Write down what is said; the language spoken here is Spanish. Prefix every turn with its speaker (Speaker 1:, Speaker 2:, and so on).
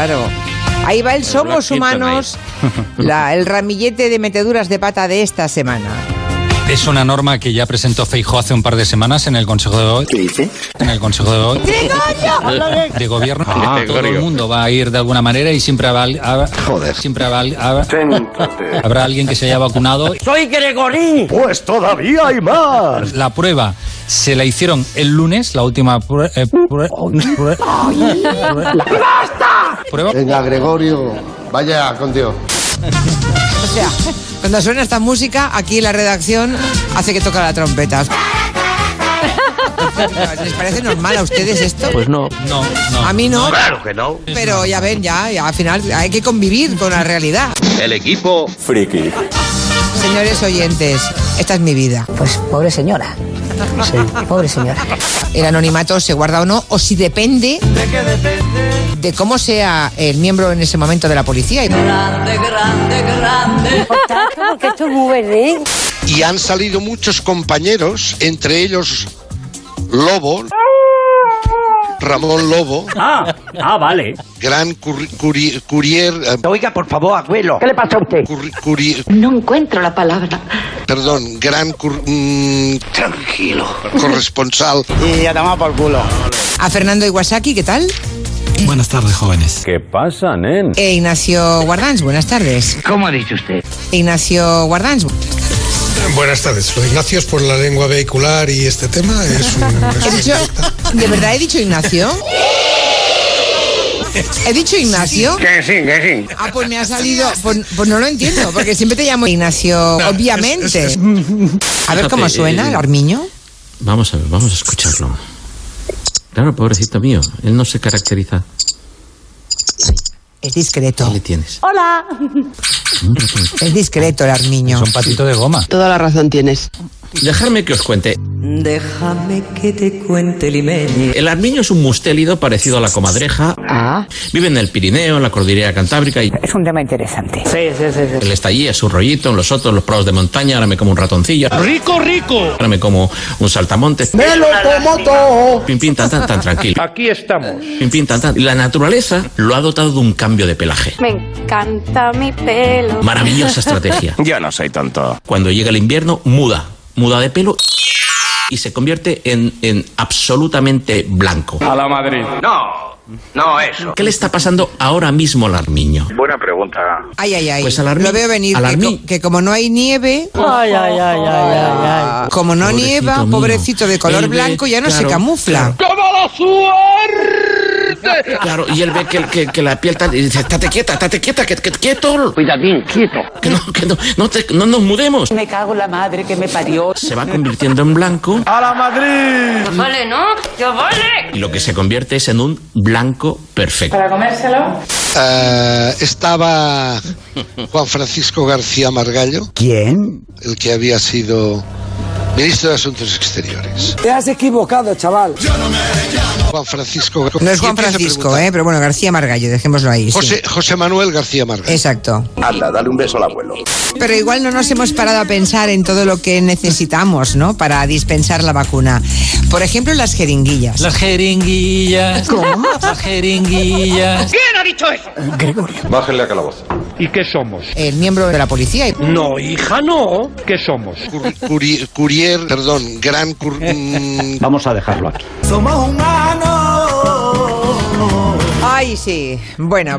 Speaker 1: Claro. Ahí va el
Speaker 2: Black
Speaker 1: Somos
Speaker 2: Kryptonite.
Speaker 1: Humanos, la- el ramillete de meteduras de pata de esta semana.
Speaker 3: Es una norma que ya presentó Feijóo hace un par de semanas en el Consejo de hoy. En el Consejo de hoy. De gobierno. Todo el
Speaker 2: Gregorio.
Speaker 3: mundo va a ir de alguna manera y siempre va Joder. Siempre habrá al- habrá- habrá alguien que se haya vacunado.
Speaker 4: ¡Soy Gregorín!
Speaker 5: Pues todavía hay más.
Speaker 3: La prueba se la hicieron el lunes, la última prue- eh, prue- prue- prueba.
Speaker 6: Venga, Gregorio, vaya contigo.
Speaker 1: O sea, cuando suena esta música, aquí la redacción hace que toca la trompeta. ¿Les parece normal a ustedes esto?
Speaker 4: Pues no.
Speaker 3: No, no.
Speaker 1: A mí no,
Speaker 5: Claro que no.
Speaker 1: pero ya ven, ya, ya, al final hay que convivir con la realidad.
Speaker 2: El equipo
Speaker 5: Friki.
Speaker 1: Señores oyentes, esta es mi vida.
Speaker 7: Pues pobre señora. Pobre señora.
Speaker 1: el anonimato se guarda o no, o si depende de, cómo sea el miembro en ese momento de la policía.
Speaker 7: Porque esto es muy verde.
Speaker 6: Y han salido muchos compañeros, entre ellos Lobo, Ramón Lobo,
Speaker 4: Ah, ah, vale.
Speaker 6: gran curri- curi- courier, eh,
Speaker 4: Oiga, por favor, abuelo. ¿Qué le pasa a usted?
Speaker 6: curri- courier-
Speaker 8: No encuentro la palabra.
Speaker 6: perdón, gran cur- mm, corresponsal
Speaker 4: Y ya damos por culo.
Speaker 1: A Fernando Iwasaki, ¿qué tal?
Speaker 9: Buenas tardes, jóvenes.
Speaker 5: ¿Qué pasa, nen?
Speaker 1: E Ignacio Guardans, buenas tardes. E
Speaker 4: ¿Cómo ha dicho usted?
Speaker 1: Ignacio Guardans,
Speaker 10: Buenas tardes. Lo de Ignacio es por la lengua vehicular y este tema es un...
Speaker 1: ¿he dicho, ¿de verdad he dicho Ignacio? ¿He dicho Ignacio?
Speaker 4: Que sí, que sí.
Speaker 1: Ah, pues me ha salido, pues, pues no lo entiendo, porque siempre te llamo Ignacio, obviamente. A ver cómo
Speaker 9: Fíjate,
Speaker 1: suena
Speaker 9: eh,
Speaker 1: el armiño.
Speaker 9: Vamos a ver, vamos a escucharlo. Claro, pobrecito mío, él no se caracteriza.
Speaker 1: Es
Speaker 9: ¿Qué
Speaker 1: discreto,
Speaker 9: le tienes?
Speaker 1: es discreto el armiño.
Speaker 3: Son patito de goma.
Speaker 8: Toda la razón tienes.
Speaker 9: Dejarme que os cuente.
Speaker 4: Déjame que te cuente, Limeño.
Speaker 9: El armiño es un mustélido parecido a la comadreja. Vive en el Pirineo, en la cordillera cantábrica y
Speaker 7: Es un tema interesante.
Speaker 4: Sí, sí, sí, sí.
Speaker 9: el estallí es su rollito, en los sotos, los prados de montaña. Ahora me como un ratoncillo. ¡Rico, rico! Ahora me como un saltamonte. ¡Me lo como todo! Pim, pim, tan, tan, tan, tranquilo.
Speaker 5: Aquí estamos.
Speaker 9: Pim, pim, tan, tan. La naturaleza lo ha dotado de un cambio de pelaje.
Speaker 8: Me encanta mi pelo.
Speaker 9: Maravillosa estrategia.
Speaker 5: Yo no soy tonto.
Speaker 9: cuando llega el invierno, muda, muda de pelo y se convierte en, en absolutamente blanco.
Speaker 5: A la Madrid. No, no eso.
Speaker 9: ¿Qué le está pasando ahora mismo al armiño?
Speaker 5: Buena pregunta.
Speaker 1: Ay, ay, ay.
Speaker 9: Pues al armi-
Speaker 1: Lo veo venir.
Speaker 9: al
Speaker 1: que,
Speaker 9: armi-
Speaker 1: co- que como no hay nieve,
Speaker 4: Ay, ay, ay, ay, ay, ay.
Speaker 1: como no
Speaker 9: Pobrecito
Speaker 1: nieva,
Speaker 9: mío.
Speaker 1: pobrecito de color
Speaker 9: Él ve,
Speaker 1: blanco, ya no se
Speaker 9: claro,
Speaker 1: camufla.
Speaker 9: Claro, y él ve que, que- que la piel está... y dice, estate quieta, estate quieta, que, que- quieto.
Speaker 4: Cuidadín, quieto.
Speaker 9: Que no, que no, no, te- no nos mudemos.
Speaker 7: Me cago en la madre que me parió.
Speaker 9: Se va convirtiendo en blanco
Speaker 5: A la Madrid.
Speaker 8: vale, ¿no? ¡Yo vale!
Speaker 9: y lo que se convierte es en un blanco perfecto.
Speaker 6: Eh, estaba Juan Francisco García Margallo. ¿Quién? El que había sido ministro de Asuntos Exteriores. Te has equivocado, chaval. Juan Francisco. Gar-
Speaker 1: No es
Speaker 6: Y
Speaker 1: Juan
Speaker 6: empieza a
Speaker 1: Francisco,
Speaker 6: preguntar.
Speaker 1: eh, pero bueno, García Margallo, dejémoslo ahí. sí.
Speaker 6: José, José Manuel García Margallo.
Speaker 1: Exacto.
Speaker 2: Anda, dale un beso al abuelo.
Speaker 1: Pero igual no nos hemos parado a pensar en todo lo que necesitamos, ¿no? Para dispensar la vacuna. Por ejemplo, las jeringuillas.
Speaker 3: Las jeringuillas. ¿Cómo? Las jeringuillas.
Speaker 2: Bájenle a calabozo.
Speaker 5: ¿Y qué somos?
Speaker 1: El miembro de la policía.
Speaker 2: Mm.
Speaker 5: No, hija, no. ¿Qué somos?
Speaker 6: Cur- curi- courier, perdón, gran cur- mm,
Speaker 4: Vamos a dejarlo aquí.
Speaker 1: Ay, sí. Bueno.